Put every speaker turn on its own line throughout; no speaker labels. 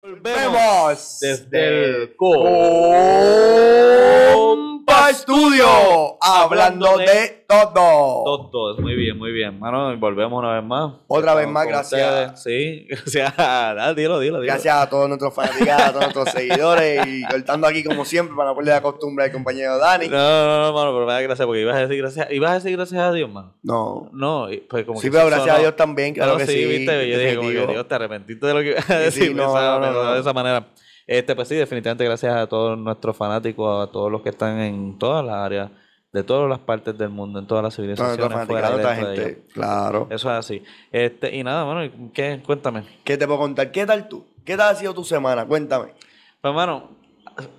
Vemos
desde el
Compa Estudio, hablando de todo.
Todos, muy bien, muy bien. Mano, y volvemos una vez más.
Otra vez
Estamos
más,
con
gracias.
ustedes. Sí, gracias. Ah, dilo, dilo, dilo.
Gracias a todos nuestros fanáticos, a todos nuestros seguidores y cortando aquí como siempre para no perder la costumbre del compañero
No,
Dani.
no, no, mano, pero me da gracias porque ibas a decir gracias. Ibas a decir gracias a Dios, mano.
No.
No, y- pues como
Sí,
que
pero
eso
gracias a
sonó-
Dios también, claro
No,
que
sí,
sí.
viste, yo dije como que
definitivo.
Dios, te arrepentiste de lo que ibas a
Sí, sí,
decir me
no,
estaba
no, no,
pensando
no.
de esa manera. Este, pues sí, definitivamente gracias a todos nuestros fanáticos, a todos los que están en todas las áreas, de todas las partes del mundo, en todas las
Todos nuestros
civilizaciones, fuera
fanáticos,
y
nuestra
dentro de Eh.
gente. Claro.
ellas. Eso es así. Este, y nada, bueno, ¿y ¿qué? Cuéntame.
¿Qué te puedo contar? ¿Qué tal tú? ¿Qué tal ha sido tu semana? Cuéntame.
Pues, hermano,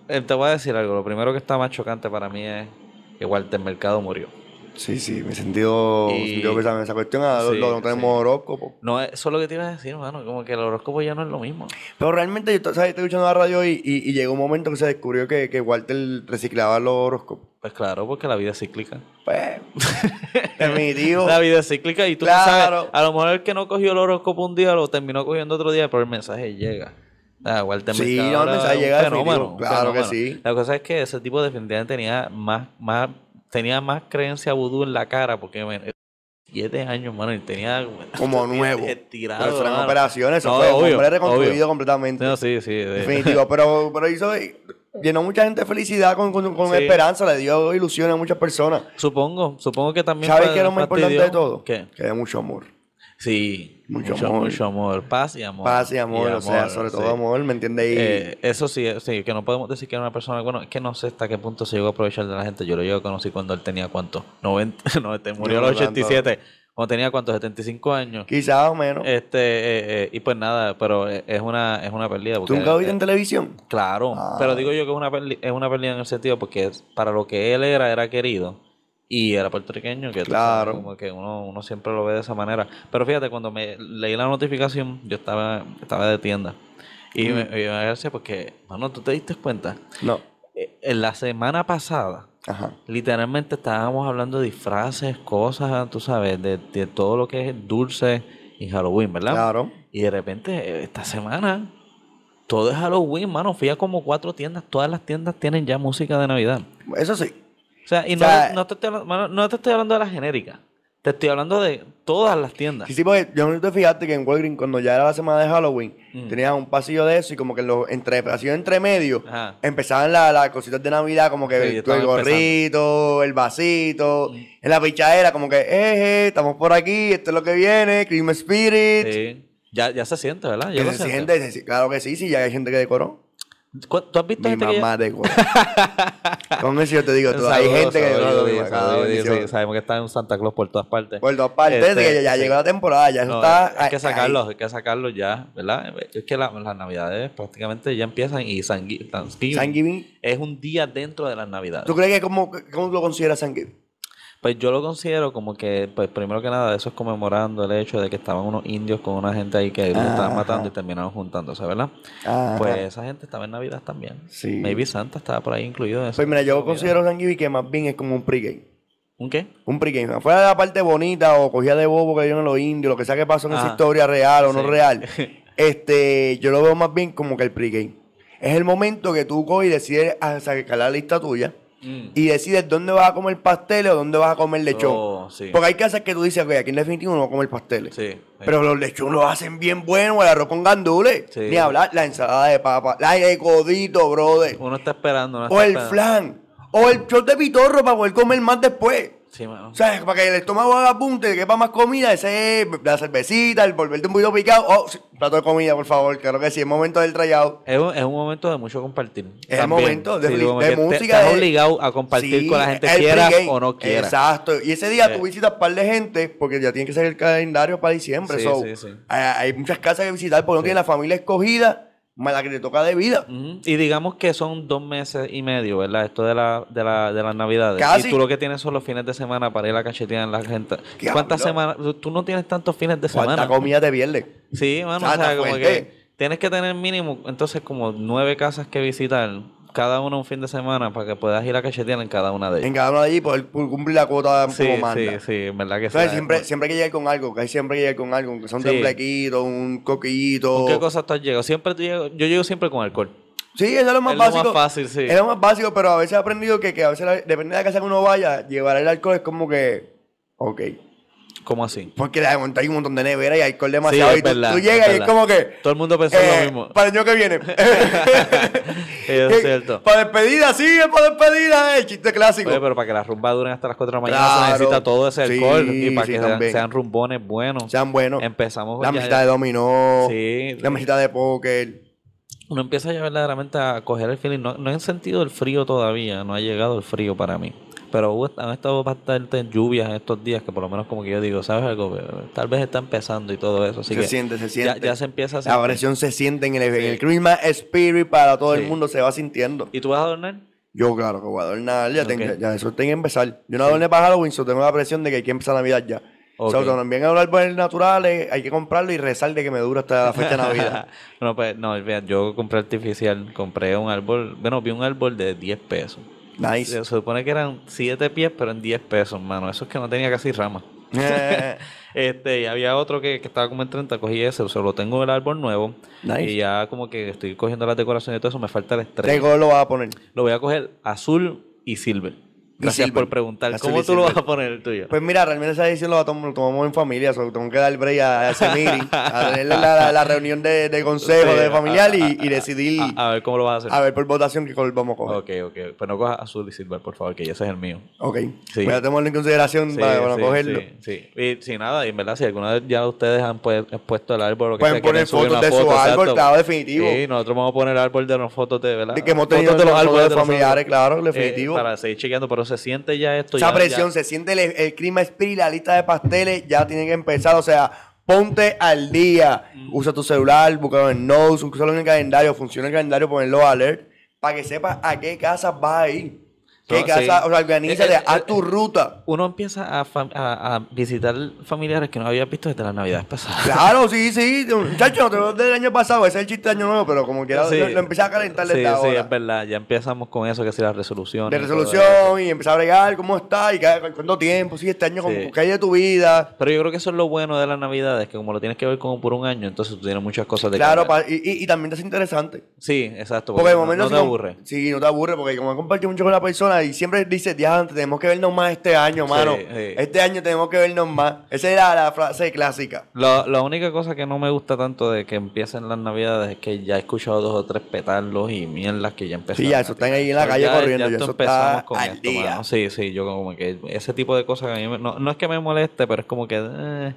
eh, te voy a decir algo. Lo primero que está más chocante para mí es que Walter Mercado murió.
Sí, sí, me he sentido,
Y-
yo pensaba en esa cuestión, ahora lo-
Sí,
lo- no tenemos
sí.
horóscopo.
No, eso es lo que te iba a decir, hermano. Como que el horóscopo ya no es lo mismo.
Pero realmente yo ¿sabes? estoy escuchando la radio y, y- y llegó un momento que se descubrió que, que Walter reciclaba los horóscopos.
Pues claro, porque la vida es cíclica.
Pues, definitivo.
La vida es cíclica y tú no
Claro.
sabes. A lo mejor el que no cogió el horóscopo un día lo terminó cogiendo otro día, pero el mensaje llega. Ah, Walter
Sí,
Mercado
no, el
era
mensaje
un
llega definitivo,
fenómeno, un
claro que
fenómeno.
sí.
La cosa es que ese tipo definitivamente tenía más, más, tenía más creencia vudú en la cara porque men, siete años, mano, y tenía
Como nuevo.
estirado.
Pero eso eran
mano.
operaciones, eso
No,
fue un
obvio,
hombre reconstruido
obvio.
completamente.
No, sí, sí. de-
Definitivo, pero, pero hizo, llenó mucha gente de felicidad con, con- con
Sí.
esperanza, le dio ilusiones a muchas personas.
Supongo, supongo que también.
¿Sabes
fa-
qué es lo más importante
fastidió-
de todo?
¿Qué?
Que de mucho amor.
Sí,
Mucho
mucho,
amor.
amor. mucho amor, paz y amor.
Paz y amor, o sea, sobre todo
sí.
amor, ¿me entiendes? Y-
Eh, eso sí, eh, sí, que no podemos decir que era una persona, bueno, es que no sé hasta qué punto se llegó a aprovechar de la gente. Yo lo llego a conocer cuando él tenía cuánto, 90, no, este, murió a los
No, tanto.
87, cuando tenía cuánto, 75 años.
Quizás o menos.
Este, eh, eh, y pues nada, pero eh, es una, es una pérdida.
¿Tú
porque-
nunca lo viste en
eh,
televisión?
Claro,
Ah.
pero digo yo que es una, perli- es una pérdida en el sentido porque es- para lo que él era, era querido. Y era puertorriqueño, que tú sabes,
Claro.
como que uno, uno siempre lo ve de esa manera. Pero fíjate, cuando me leí la notificación, yo estaba, estaba de tienda. Y me,
Mm.
me dio gracia porque, mano, tú te diste cuenta.
No.
Eh, En la semana pasada,
Ajá.
literalmente estábamos hablando de disfraces, cosas, tú sabes, de, de todo lo que es dulce y Halloween, ¿verdad?
Claro.
Y de repente, eh, esta semana, todo es Halloween, mano. Fui a como cuatro tiendas. Todas las tiendas tienen ya música de Navidad.
Eso sí.
O sea, y
O
no,
sea,
no te estoy hablando, mano, no te estoy hablando de la genérica. Te estoy hablando de todas las tiendas.
Sí, sí, porque yo no sé si te fijaste que en Walgreens, cuando ya era la semana de Halloween,
Mm.
tenías un pasillo de eso y como que los entre, pasillo entre medio,
Ajá.
empezaban la- las cositas de Navidad, como que
Sí,
el- el,
estaban empezando. Mm.
gorrito, el vasito, en la pichadera, como que, eh, eh, estamos por aquí, esto es lo que viene, Cream Spirit.
Sí. Ya, ya se siente, ¿verdad? Ya
Que
lo
se
siente.
siente, se- claro que sí, sí, ya hay gente que decoró.
¿Cu- ¿Tú has visto
Mi
gente que ya-
mamá decoró. Con eso yo te digo, todo, hay
Saludos,
gente que
saludos,
decoró.
sí,
cada
saludos, sí,
bendición.
sí, Sabemos que está en Santa Claus por todas partes.
Por dos partes,
Este,
de que ya
sí.
llegó la temporada, ya eso
No,
está.
hay que
ahí-
sacarlos, hay que sacarlos ya, ¿verdad? Es que la- las navidades prácticamente ya empiezan y Thanksgiving-
ahí.
Thanksgiving
Thanksgiving.
es un día dentro de las navidades.
¿Tú crees que cómo, cómo lo consideras Thanksgiving?
Pues yo lo considero como que, pues primero que nada, eso es conmemorando el hecho de que estaban unos indios con una gente ahí que los
Ajá.
estaban matando y terminaron juntándose, ¿verdad?
Ah,
Pues esa gente estaba en Navidad también.
Sí.
Maybe Santa estaba por ahí incluido en eso.
Pues mira, yo
Navidad.
considero Thanksgiving que más bien es como un pregame.
¿Un qué?
Un pregame. Afuera de la parte bonita o cogida de bobo que dieron los indios, lo que sea que pasó en esa
Ajá.
historia real o no
Ah, Sí.
real. Este, yo lo veo más bien como que el pregame. Es el momento que tú coges y decides ah, a sacar la lista tuya
Mm.
y decides dónde vas a comer pastel o dónde vas a comer lechón.
Oh, sí.
Porque hay casas que tú dices, ok, aquí en definitivo no voy a comer pasteles.
Sí, sí.
Pero los lechones lo hacen bien bueno, el arroz con gandules.
Sí.
Ni hablar, la ensalada de papa, la de codito, brother.
Uno está esperando. uno
O
está
el
esperando.
flan. O el shot de pitorro para poder comer más después.
Sí, mano.
O sea, para que el estómago haga apunte, que para más comida, ese es la cervecita, el volverte un poquito picado. Oh, sí, plato de comida, por favor, claro que sí, es momento del tryout.
Es un, es un momento de mucho compartir.
Es el
también.
momento de- de
como que te-
música,
Te, has
de-
obligado a compartir
Sí,
con la gente,
el
quiera
pregame.
o no quiera. Eh.
Exacto. Y ese día
Sí.
tú visitas un par de gente, porque ya tiene que ser el calendario para diciembre.
Sí,
so,
sí, sí.
Hay, hay muchas casas que visitar porque no tiene la familia escogida, más la que le toca de vida.
Ujú. Y digamos que son dos meses y medio, ¿verdad? Esto de, la, de, la, de las navidades.
Casi.
Y tú lo que tienes son los fines de semana para ir a cachetear en la gente.
Diablo.
¿Cuántas semanas? Tú- Tú no tienes tantos fines de
¿Cuánta
semana.
comida te pierdes?
Sí, mano,
Ah,
o sea,
está
como
fuerte.
que tienes que tener mínimo, entonces, como nueve casas que visitar cada uno un fin de semana para que puedas ir a cachetear en cada una de ellas.
En cada uno de allí, por, por cumplir la cuota como
Sí,
manda.
sí, sí, en verdad que sí.
¿Sabes? Siempre, siempre hay que llegar con algo, que hay siempre hay que llegar con algo, aunque sea un
Sí.
temblequito, un coquillito.
¿Con qué cosas tú has llegado? Siempre tú llego- yo llego siempre con alcohol.
Sí, eso es lo más
Es lo más
básico.
fácil, sí.
Es lo más básico, pero a veces he aprendido que, que a veces, la- depende de la casa que uno vaya, llevar el alcohol es como que. Ok.
¿Cómo así?
Porque la monta hay un montón de nevera y alcohol demasiado.
es
y tú,
verdad,
tú
es
llegas y es
verdad.
como que.
Todo el mundo pensó lo
eh,
mismo.
Para el año que viene.
es cierto.
Para despedida, sí, es para despedida. El chiste clásico.
Oye, pero para que las rumbas duren hasta las 4 de la mañana
Claro.
se necesita todo ese
Sí,
alcohol. y para
sí,
que sean,
también.
sean rumbones buenos.
Sean buenos.
Empezamos
La
ya-
mesita de dominó.
Sí,
La mesita de póker.
uno empieza ya verdaderamente a coger el feeling. No, no he sentido el frío todavía, no ha llegado el frío para mí. Pero hubo- han estado bastante lluvias estos días que por lo menos como que yo digo, ¿sabes algo? Tal vez está empezando y todo eso. Así
se
que
siente, se
ya,
siente.
ya se empieza a
La
sentir.
presión se siente en el, en el Christmas Spirit para todo el
Sí.
mundo, se va sintiendo.
¿Y tú vas a adornar?
Yo, claro, que voy a adornar, ya,
Ok.
tengo- ya eso tengo que empezar. Yo no adorné para Halloween, so tengo la presión de que hay que empezar Navidad ya. O sea,
Ok.
también hablar por el natural, eh, hay que comprarlo y rezar de que me dure hasta la fecha de Navidad.
no, pues no, vean, yo compré artificial, compré un árbol, bueno, vi un árbol de 10 pesos.
Nice.
Se supone que eran 7 pies, pero en 10 pesos, mano. Eso es que no tenía casi ramas. Este, y había otro que, que estaba como en 30, cogí ese, o sea, lo tengo el árbol nuevo.
Nice.
Y ya como que estoy cogiendo las decoraciones y todo eso, me falta el
¿Qué
estrella.
color lo vas a poner?
Lo voy a coger azul y silver. Gracias
silver.
por preguntar.
Azul
¿Cómo
y
tú lo
silver.
vas a poner el tuyo?
Pues mira, realmente esa decisión lo, tom- lo tomamos en familia, so, tengo que dar break a, a ese meeting, a tener la, la- la reunión de, de
Sí,
consejo
Ah,
de
Este, a-
familiar y,
a-
y decidir
A, a ver cómo lo vas a hacer.
a ver por votación qué color vamos a coger.
ok, ok. Pero no cojas azul y silver, por favor, que ese es el mío.
Ok. Pues
Sí.
Voy a tomarlo en consideración
Sí,
para, para
sí,
cogerlo.
sí, sí. Y sin nada, y en verdad, si alguna vez ya ustedes han pues- han puesto el árbol, o lo que
Pueden
sea, quieren
poner
subir
fotos
una
de su
foto,
árbol,
exacto.
claro, definitivo.
Sí, nosotros vamos a poner árbol de las fotos de, ¿verdad?
De que hemos
Fotos
tenido nosotros, de
nosotros. Eh,
familiares, claro, definitivo.
para seguir chequeando, pero se siente ya esto.
Esa
ya-
presión,
ya-
se siente el, el clima spirit, la lista de pasteles ya tiene que empezar. O sea, ponte al día. Usa tu celular, búscalo en Notes, úsalo en el calendario, funciona el calendario, ponerlo alert, para que sepas a qué casa vas a ir. ¿Qué
No,
casa?
sí.
O sea, organízate,
Eh, eh,
haz
eh,
tu ruta.
Uno empieza a, fam- a- a visitar familiares que no había visto desde las navidades
Mm.
pasadas.
Claro, sí, sí. Muchachos, no te veo desde el año pasado, ese es el chiste de año nuevo, pero como quiera
Sí.
lo, lo empiezas a calentar desde
Sí, sí,
ahora.
es verdad. Ya empezamos con eso, que si las resoluciones.
de
y todo
resolución y empezar a bregar cómo está y cada, cuánto tiempo, sí, este año,
Sí.
con qué hay de tu vida.
Pero yo creo que eso es lo bueno de las navidades, que como lo tienes que ver como por un año, entonces tú tienes muchas cosas de que
Claro,
hablar.
pa- y, y- y también te hace interesante.
Sí, exacto.
Porque de
no-
momento
no,
si
te
com-
aburre.
Sí, no te aburre, porque como he compartido mucho con la persona y siempre dices, ya antes tenemos que vernos más este año, mano.
sí.
Este año tenemos que vernos más. Esa era la frase clásica.
La, la única cosa que no me gusta tanto de que empiecen las navidades es que ya he escuchado dos o tres petardos y mierdas que ya empezaron.
Sí, ya, eso están ahí en la calle
ya-
corriendo,
ya
ya
esto
eso
empezamos
está al día.
mano. Sí, sí, yo como que ese tipo de cosas que a mí me- no, no es que me moleste, pero es como que... eh,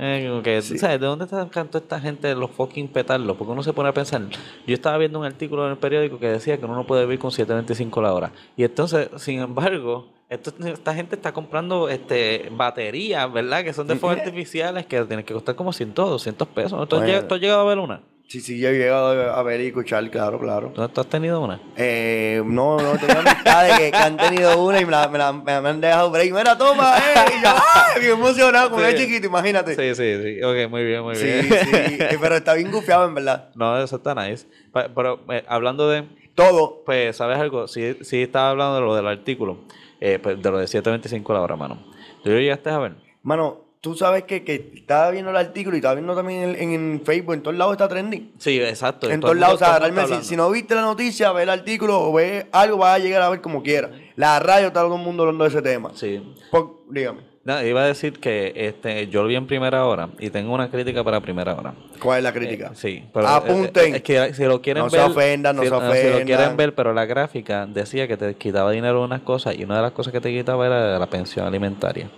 eh, como que, ¿sabes? ¿De dónde está cantó esta gente de los fucking petardos? Porque uno se pone a pensar. Yo estaba viendo un artículo en el periódico que decía que uno no puede vivir con 7.25 la hora. Y entonces, sin embargo, esto- esta gente está comprando este baterías, ¿verdad? Que son de fuegos artificiales que tienen que costar como 100, 200 pesos. ¿Tú, has
Bueno.
llegado- tú has llegado a ver una?
Sí, sí, yo he llegado a ver y escuchar, claro, claro.
¿Tú, tú has tenido una?
Eh, no, no, tengo amistades que, que han tenido una y me, la- me la- me- me han dejado break. Mira, toma, eh. Y yo, ¡ay! Bien emocionado, como
Sí.
era chiquito, imagínate.
Sí, sí, sí. Ok, muy bien, muy
Sí,
bien.
sí, eh, pero está bien gufiado en verdad.
No, eso está nice. Pa- Pero eh, hablando de,
Todo.
pues, ¿sabes algo? Sí, sí estaba hablando de lo del artículo, eh, pues, de lo de 7.25 la hora, mano. ¿Tú lo llegaste a ver?
Mano, tú sabes que, que estaba viendo el artículo y estaba viendo también en, en- en Facebook, en todos lados está trending.
Sí, exacto.
En
todo
todos
el
lados, o
mundo-
sea,
todo el mundo
realmente, si,
está
si no viste la noticia, ve el artículo o ve algo, vas a llegar a ver como quiera. La radio está todo el mundo hablando de ese tema.
hablando. Sí.
Por- dígame,
No, iba a decir que este, yo lo vi en primera hora y tengo una crítica para primera hora.
¿cuál es la crítica?
Eh, sí, pero eh,
Apunten.
eh, Es que si lo quieren
No se
ver.
ofendan, no
si,
se
Si lo
ofendan.
quieren ver, pero la gráfica decía que te quitaba dinero de unas cosas y una de las cosas que te quitaba era de la pensión alimentaria.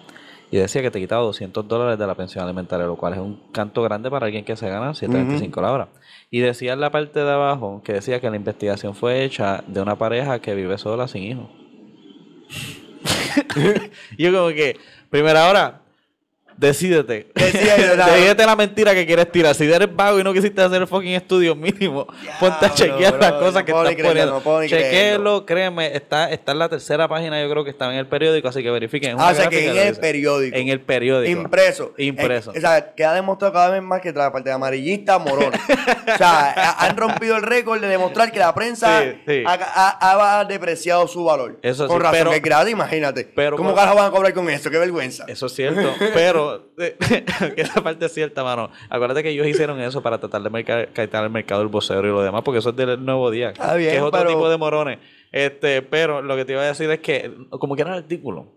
Y decía que te quitaba 200 dólares de la pensión alimentaria, lo cual es un canto grande para alguien que se gana 725 la hora. Y decía en la parte de abajo que decía que la investigación fue hecha de una pareja que vive sola sin hijos. Yo como que, primera hora, Decídete.
Decídete, claro.
Decídete la mentira que quieres tirar. Si eres vago y no quisiste hacer el fucking estudio mínimo,
Diablo,
ponte a chequear las
bro,
cosas
no
que
puedo
estás
ni creerlo,
poniendo.
no puedo ni
Chequéelo, créeme, está, está en la tercera página, yo creo que estaba en el periódico, así que verifiquen. Es
Ah,
una
o sea, que
gráfica
en
lo
el
dice.
periódico.
En el periódico.
Impreso.
Impreso.
Eh, o sea, queda demostrado cada vez más que la parte de amarillista, morona. o sea, ha- han rompido el récord de demostrar que la prensa
Sí, sí.
Ha, ha- ha depreciado su valor.
Eso
con
sí,
razón,
pero-
que es gratis, imagínate.
pero-
¿Cómo carajo van a cobrar con eso? Qué vergüenza.
Eso es cierto, pero eh, que esa parte es cierta, mano. Acuérdate que ellos hicieron eso para tratar de mercar- caetar el mercado del vocero y lo demás, porque eso es del nuevo día,
Está bien,
que es otro
pero-
tipo de morones. Este, pero lo que te iba a decir es que, como que era el artículo,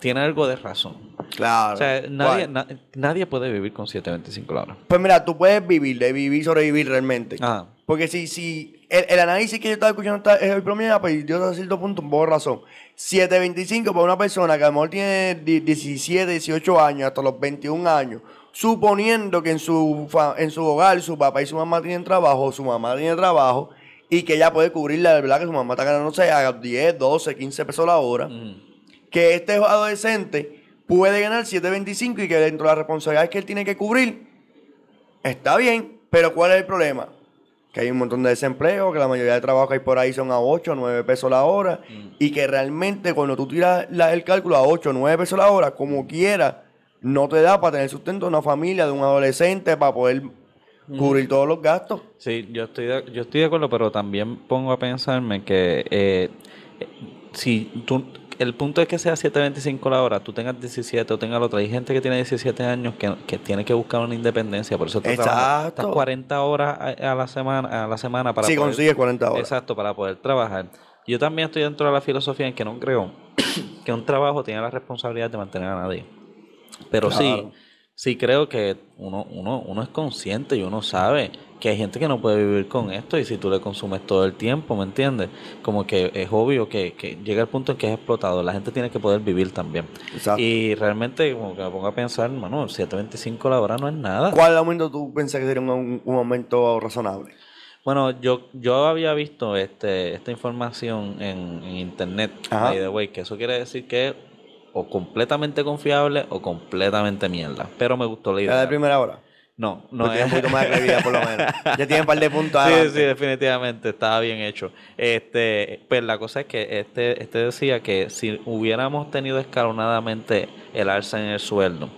tiene algo de razón.
Claro.
O sea, nadie,
Bueno,
na- nadie puede vivir con 7.25 la hora.
Pues mira, tú puedes vivir, de vivir, sobrevivir realmente.
Ah,
Porque si, si el, el análisis que yo estaba escuchando está, es el promedio, pues yo a cierto punto un poco de razón. 7.25 para una persona que a lo mejor tiene di- 17, 18 años, hasta los 21 años, suponiendo que en su, fa- en su hogar su papá y su mamá tienen trabajo, o su mamá tiene trabajo, y que ella puede cubrirla, de verdad que su mamá está ganando, no sé, a 10, 12, 15 pesos la hora, que este adolescente puede ganar 7.25 y que dentro de las responsabilidades que él tiene que cubrir, Está bien, pero ¿cuál es el problema? Que hay un montón de desempleo, que la mayoría de trabajo que hay por ahí son a 8 o 9 pesos la hora,
Mm.
y que realmente cuando tú tiras la- el cálculo a 8 o 9 pesos la hora,
Mm.
como quiera, no te da para tener sustento de una familia, de un adolescente, para poder
Mm.
cubrir todos los gastos.
Sí, yo estoy de, yo estoy de acuerdo, pero también pongo a pensarme que eh, eh, si tú, el punto es que sea 7.25 la hora, tú tengas 17 o tengas la otra, hay gente que tiene 17 años que, que tiene que buscar una independencia, por eso estás trabajando
Exacto.
estás 40 horas a, a la semana a la semana para
si
poder-
consigues 40 horas.
Exacto, para poder trabajar. Yo también estoy dentro de la filosofía en que no creo que un trabajo tenga la responsabilidad de mantener a nadie. Pero sí,
Claro.
sí creo que uno, uno, uno es consciente y uno sabe que hay gente que no puede vivir con esto y si tú le consumes todo el tiempo, ¿me entiendes? Como que es obvio que, que llega el punto en que es explotado. La gente tiene que poder vivir también.
Exacto.
Y realmente como que me pongo a pensar, mano, 7.25 la hora no es nada.
¿Cuál aumento tú pensás que sería un, un- un aumento razonable?
Bueno, yo, yo había visto este, esta información en, en internet,
Ajá.
by the way, que eso quiere decir que es o completamente confiable o completamente mierda. Pero me gustó la
¿La
idea.
de primera hora?
No,
No,
no
tiene un
es.
poquito más de credibilidad, por lo menos. Ya tiene un par de puntos
Sí,
adelante.
sí, definitivamente, estaba bien hecho. Este, pues la cosa es que este, este decía que si hubiéramos tenido escalonadamente el alza en el sueldo.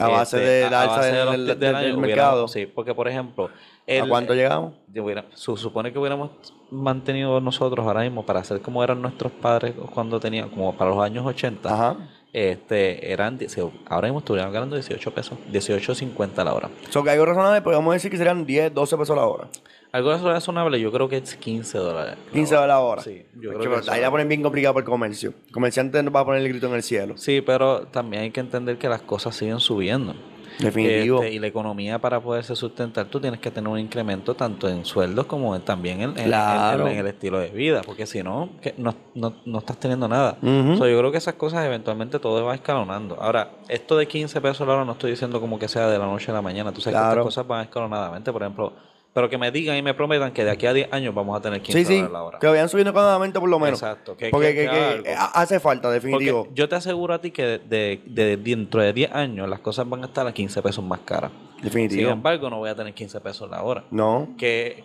A base de la
Este, a
alza
base
del-
los
del-
tips
del
año, hubiéramos-
mercado.
Sí, porque por ejemplo,
¿A
el- eh,
cuánto llegamos?
yo hubiera- se supone que hubiéramos mantenido nosotros ahora mismo para hacer como eran nuestros padres cuando tenían, como para los años 80,
Ajá.
este, eran, die- se- ahora mismo estuvieran ganando 18 pesos, 18.50 la hora.
So que algo razonable, podríamos decir que serían 10, 12 pesos la hora.
Algo razonable, yo creo que es 15 dólares. la
15
hora.
dólares la hora.
Sí, yo
Porque,
creo que
pero
eso-
ahí la ponen bien complicada para el comercio. El comerciante no va a poner el grito en el cielo.
Sí, pero también hay que entender que las cosas siguen subiendo.
Definitivo.
Este, y la economía para poderse sustentar, tú tienes que tener un incremento tanto en sueldos como en- también en, en- en-
Claro.
en el estilo de vida, porque si no, que no, no, no estás teniendo nada.
Ujú.
So, yo creo que esas cosas eventualmente todo va escalonando. Ahora, esto de 15 pesos la hora no estoy diciendo como que sea de la noche a la mañana, tú sabes que
Claro.
estas cosas van escalonadamente, por ejemplo, pero que me digan y me prometan que de aquí a 10 años vamos a tener 15
sí, sí.
dólares la hora.
Que vayan subiendo cada por lo menos.
Exacto, que-
Porque
que-
que-
que
que-
algo.
eh, hace falta,
Porque
definitivo.
yo te aseguro a ti que de, de- de- dentro de 10 años las cosas van a estar a 15 pesos más caras. Sin
definitivo.
embargo, no voy a tener 15 pesos la hora.
no.
Que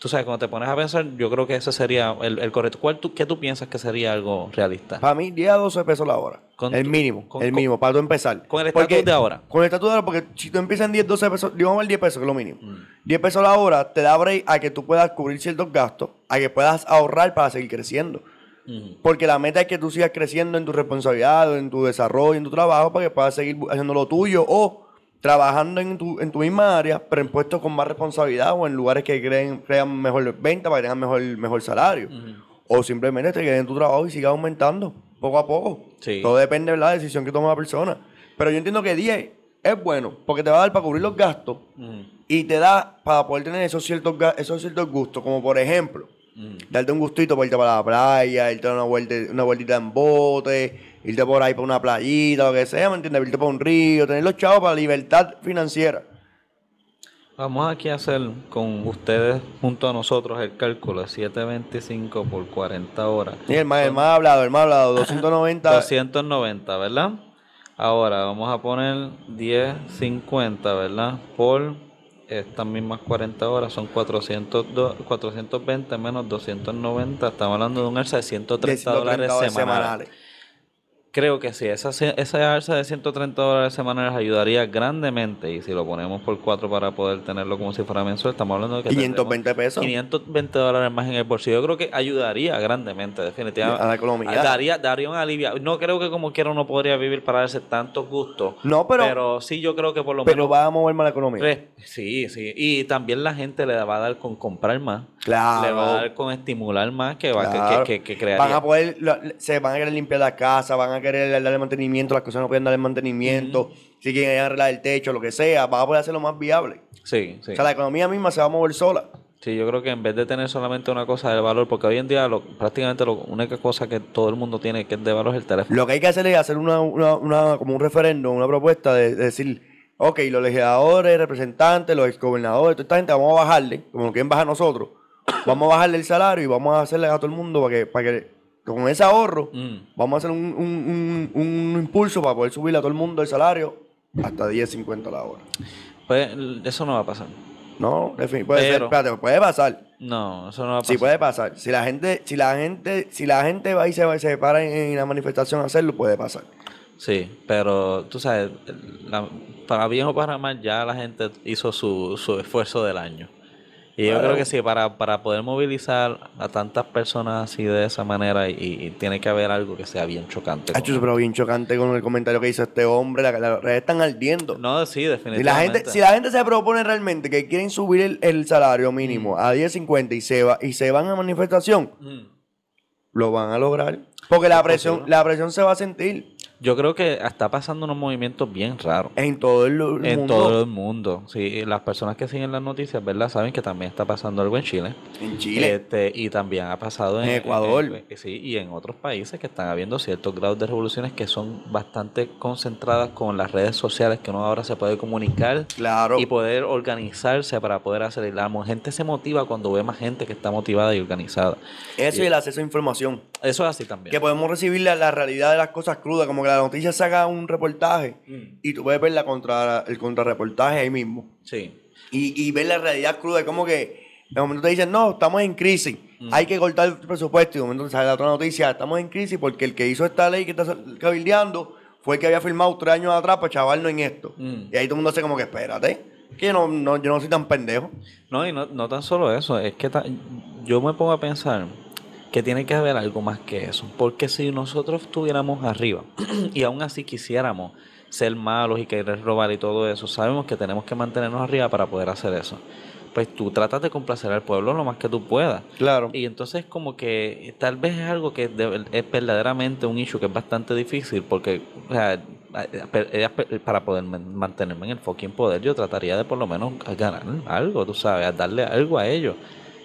tú sabes, cuando te pones a pensar, yo creo que ese sería el, el correcto. ¿Cuál tú, ¿Qué tú piensas que sería algo realista?
Para mí, 10 a 12 pesos la hora.
Con
el
tu-
mínimo,
con-
el
con-
mínimo, para tú empezar.
con el
Porque-
estatus de ahora.
Con el estatus de ahora, porque si tú empiezas en 10, 12 pesos, digamos el 10 pesos, que es lo mínimo.
Mm.
10 pesos la hora te da break a que tú puedas cubrir ciertos gastos, a que puedas ahorrar para seguir creciendo.
Ujú.
Porque la meta es que tú sigas creciendo en tu responsabilidad, en tu desarrollo, en tu trabajo, para que puedas seguir bu- haciendo lo tuyo o trabajando en tu, en tu misma área, pero en puestos con más responsabilidad o en lugares que creen, crean mejor venta para que tengan mejor, mejor salario. O simplemente te quedes en tu trabajo y sigas aumentando poco a poco.
Sí.
Todo depende de la decisión que toma la persona. Pero yo entiendo que 10 es bueno porque te va a dar para cubrir los gastos
Ujú.
y te da para poder tener esos ciertos, ga- esos ciertos gustos, como por ejemplo
Ujú.
darte un gustito para irte para la playa, irte a una, vuelta, una vueltita en bote, irte por ahí para una playita, lo que sea, ¿me entiendes? Irte para un río, tener los chavos para libertad financiera.
Vamos aquí a hacer con ustedes junto a nosotros el cálculo 725 por 40 horas.
Y el más, el más hablado, el más hablado, 290.
290, ¿verdad? Ahora vamos a poner 10.50, ¿verdad? Por estas mismas 40 horas son 402, 420 menos 290. Estamos hablando de un alza de 130 dólares semanales. Creo que sí, esa, se- esa alza de 130 dólares semanales ayudaría grandemente. Y si lo ponemos por 4 para poder tenerlo como si fuera mensual, estamos hablando de que tendremos
520 pesos.
520 dólares más en el bolsillo. Yo creo que ayudaría grandemente, definitivamente.
A la economía.
Ah, Daría, daría un alivio. No creo que como quiera uno podría vivir para darse tantos gustos.
No,
Pero,
pero,
sí, yo creo que por lo
pero
menos.
va a mover más la economía.
Re- Sí, sí. Y también la gente le va a dar con comprar más.
Claro.
Le va a dar con estimular más que va
Ah, Claro.
que, que, que, que
Van
crearía.
a poder, la- se van a querer limpiar la casa, van a querer darle mantenimiento, las cosas no pueden darle mantenimiento, si quieren arreglar el techo, lo que sea, van a poder hacerlo más viable.
Sí, sí.
O sea, la economía misma se va a mover sola.
Sí, yo creo que en vez de tener solamente una cosa de valor, porque hoy en día lo, prácticamente la única cosa que todo el mundo tiene que es de valor es el teléfono.
Lo que hay que hacer es hacer una, una- una- como un referéndum, una propuesta de, de decir, ok, los legisladores, representantes, los exgobernadores, toda esta gente, vamos a bajarle, como lo quieren bajar nosotros, vamos a bajarle el salario y vamos a hacerle a todo el mundo para que, para que con ese ahorro,
Mm.
vamos a hacer un, un- un- un impulso para poder subirle a todo el mundo el salario hasta 10.50 la hora.
Pues l- eso no va a pasar.
No, definitivamente, puede ser,
Pero-
espérate, puede pasar.
No, eso no va a pasar.
Sí puede pasar. Si la gente, si la gente, si la gente va y se, va- se para en, en la manifestación a hacerlo, puede pasar.
Sí, pero tú sabes, la- para bien o para mal, ya la gente hizo su, su esfuerzo del año. Y yo
Claro.
creo que sí, para, para poder movilizar a tantas personas así de esa manera, y, y tiene que haber algo que sea bien chocante. con-
Hacho, pero bien chocante con el comentario que hizo este hombre. La, la- las redes están ardiendo.
No, este sí,
si, la
definitivamente.
gente, si la gente se propone realmente que quieren subir el, el salario mínimo a 10.50 y se, va, y se van a manifestación,
Mm.
lo van a lograr. Porque la presión, la presión se va a sentir
Yo creo que está pasando unos movimientos bien raros.
en todo el, el
en
mundo.
todo el mundo. Sí, y las personas que siguen las noticias, ¿verdad? Saben que también está pasando algo en Chile.
En Chile.
Este, y también ha pasado en,
En Ecuador.
en- en- sí, y en otros países que están habiendo ciertos grados de revoluciones que son bastante concentradas con las redes sociales que uno ahora se puede comunicar
claro.
y poder organizarse para poder hacer la gente se motiva cuando ve más gente que está motivada y organizada.
Eso y el acceso a información.
Eso es así también.
Que podemos recibir la, la realidad de las cosas crudas, como que la noticia saca un reportaje
Mm,
y tú puedes ver la contra, el contrarreportaje ahí mismo.
Sí.
y, y ver la realidad cruda. Es como que de momento te dicen, no, estamos en crisis,
Mm.
hay que cortar el presupuesto. Y de momento te sale la otra noticia, estamos en crisis porque el que hizo esta ley que está cabildeando fue el que había firmado tres años atrás para chavarnos en esto.
Mm.
Y ahí todo el mundo hace como que, espérate, que yo no, no- yo no soy tan pendejo.
No, y no, no tan solo eso, es que ta- yo me pongo a pensar que tiene que haber algo más que eso, porque si nosotros estuviéramos arriba y aún así quisiéramos ser malos y querer robar y todo eso, sabemos que tenemos que mantenernos arriba para poder hacer eso. Pues tú tratas de complacer al pueblo lo más que tú puedas.
Claro.
Y entonces como que eh, tal vez es algo que de- es verdaderamente un issue que es bastante difícil porque o sea, per- eh, per- para poder man- mantenerme en el fucking poder yo trataría de por lo menos ganar algo, tú sabes, darle algo a ellos.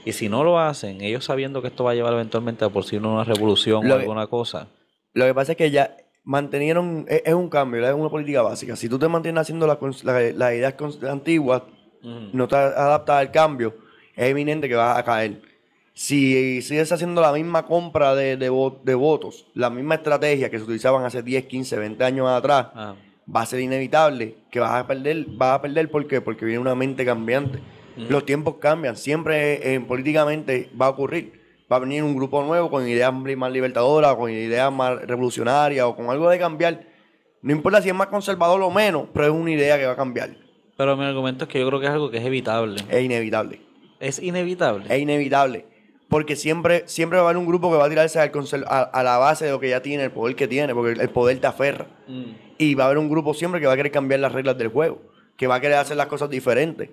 Y si no lo hacen, ellos sabiendo que esto va a llevar eventualmente a por si no una revolución
Lo
o
que-
alguna cosa.
Lo que pasa es que ya mantenieron, e-, es, es un cambio, es una política básica. Si tú te mantienes haciendo las cons- la- las ideas cons- antiguas,
Ujú.
no te adaptas al cambio, es evidente que vas a caer. Si sigues haciendo la misma compra de, de vo- de votos, la misma estrategia que se utilizaban hace 10, 15, 20 años atrás,
Ah,
va a ser inevitable que vas a perder. Vas a perder ¿por qué? porque viene una mente cambiante.
Ujú.
Los tiempos cambian, siempre eh, políticamente va a ocurrir. Va a venir un grupo nuevo con ideas li- más libertadoras, con ideas más revolucionarias o con algo de cambiar. No importa si es más conservador o menos, pero es una idea que va a cambiar.
Pero mi argumento es que yo creo que es algo que es evitable.
Es inevitable.
Es inevitable.
es inevitable. Porque siempre, siempre va a haber un grupo que va a tirarse al conser- a, a la base de lo que ya tiene, el poder que tiene, porque el- el poder te aferra.
Mm.
Y va a haber un grupo siempre que va a querer cambiar las reglas del juego, que va a querer hacer las cosas diferentes.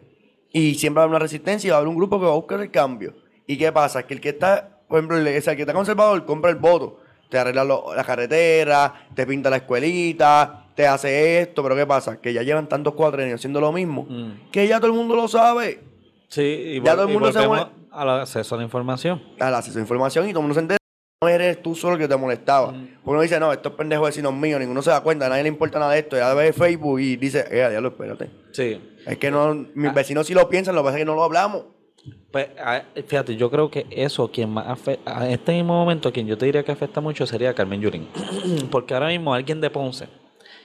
Y siempre va a haber una resistencia y va a haber un grupo que va a buscar el cambio. ¿Y qué pasa? Que el que está, por ejemplo, el, o sea, el que está conservador compra el voto, te arregla lo- la carretera, te pinta la escuelita, te hace esto, pero ¿qué pasa? Que ya llevan tantos cuatrenios haciendo lo mismo,
Mm.
que ya todo el mundo lo sabe.
Sí, y,
Ya
vol-
todo el
y
mundo se
volvemos al acceso a la información.
al acceso a información y todo el mundo se entera. No eres tú solo el que te molestaba.
Mm.
Porque uno dice, no, estos pendejos vecinos míos, ninguno se da cuenta, a nadie le importa nada de esto. Ya ve Facebook y dice, eh, diablo, espérate.
Sí.
Es que no,
Ah.
mis vecinos sí lo piensan, lo que pasa es que no lo hablamos.
Pues, a- fíjate, yo creo que eso, quien más afecta, en este mismo momento, quien yo te diría que afecta mucho sería Carmen Yurín. Porque ahora mismo alguien de Ponce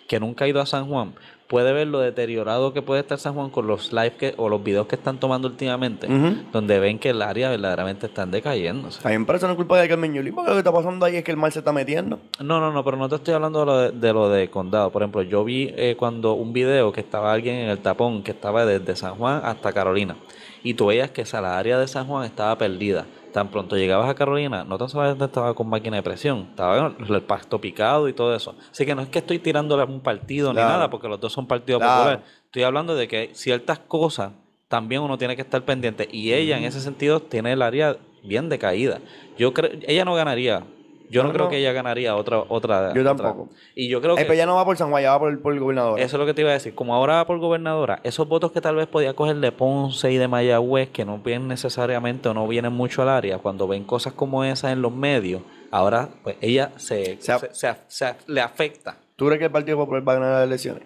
que nunca ha ido a San Juan puede ver lo deteriorado que puede estar San Juan con los live que, o los videos que están tomando últimamente,
Ujú.
donde ven que el área verdaderamente están decayéndose.
También parece una culpa de Carmen Yulín, porque lo que está pasando ahí es que el mal se está metiendo.
No, no, no, pero no te estoy hablando de lo de, de lo de condado. Por ejemplo, yo vi eh, cuando un video que estaba alguien en el tapón, que estaba desde San Juan hasta Carolina, y tú veías que esa la área de San Juan estaba perdida. Tan pronto llegabas a Carolina, no tan solamente estaba con máquina de presión, estaba el el pasto picado y todo eso. Así que no es que estoy tirándole a un partido
Claro.
ni nada, porque los dos son partidos
Claro.
populares. Estoy hablando de que ciertas cosas también uno tiene que estar pendiente. Y ella, en ese sentido, tiene el área bien decaída. Yo creo, ella no ganaría. Yo no,
No,
creo
no.
que ella ganaría otra, otra.
Yo
otra.
tampoco.
Y yo creo
Ay,
que
pero
eso
ya no va por San Juan, ya va por, por el gobernador.
es lo que te iba a decir. Como ahora va por gobernadora, esos votos que tal vez podía coger de Ponce y de Mayagüez, que no vienen necesariamente o no vienen mucho al área, cuando ven cosas como esas en los medios, ahora pues ella se,
Se a-
se- se af- se af- le afecta.
¿Tú crees que el Partido Popular va a ganar las elecciones?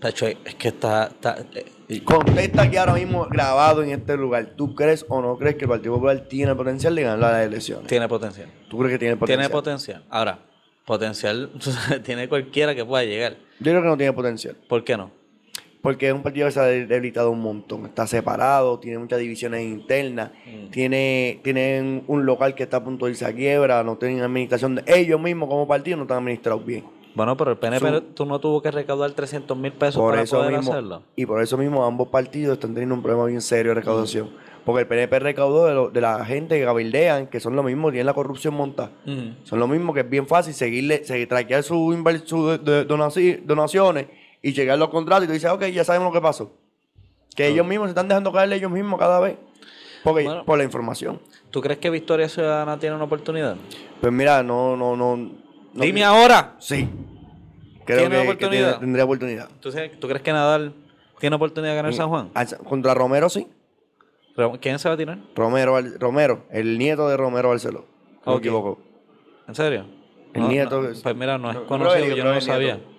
Tacho, es que está... está- eh,
Contesta aquí ahora mismo grabado en este lugar. ¿Tú crees o no crees que el Partido Popular tiene el potencial de ganar las elecciones?
tiene potencial.
¿Tú crees que tiene el potencial?
Tiene potencial. Ahora, potencial tiene cualquiera que pueda llegar.
Yo creo que no tiene potencial.
¿Por qué no?
Porque es un partido que se ha debilitado un montón. Está separado, tiene muchas divisiones internas,
Mm.
tiene, tienen un local que está a punto de irse a quiebra, no tienen administración. de- ellos mismos como partido no están administrados bien.
Bueno, pero el PNP
Su-
tú no tuvo que recaudar 300 mil pesos
Por
para
eso
poder
mismo,
hacerlo.
y por eso mismo ambos partidos están teniendo un problema bien serio de
Mm.
recaudación. Porque el PNP recaudó de, lo- de la gente que gabildean, que son lo mismo, tienen la corrupción montada.
Ujú.
Son lo mismo que es bien fácil seguirle, seguir, traquear sus inver- su de- de- donaci- donaciones y llegar los contratos y tú dices, ok, ya sabemos lo que pasó. Que ellos mismos se están dejando caer ellos mismos cada vez. Porque,
Bueno.
por la información.
¿Tú crees que Victoria Ciudadana tiene una oportunidad?
Pues mira, no, no, no. no-
Dime ahora.
Sí. Creo
¿Tiene
que, que
oportunidad?
tiene- tendría oportunidad.
¿Tú, se- tú crees que Nadal tiene oportunidad de ganar San Juan?
Ah, Contra Romero, sí.
Pero, ¿Quién se va a tirar?
Romero, Val- Romero, el nieto de Romero Barceló. No
Ok.
me equivoco.
¿En serio?
El
No,
nieto
no,
es-
pues mira, no es
Yo creo
conocido,
que- yo
yo
creo
no
que
lo
es nieto.
sabía.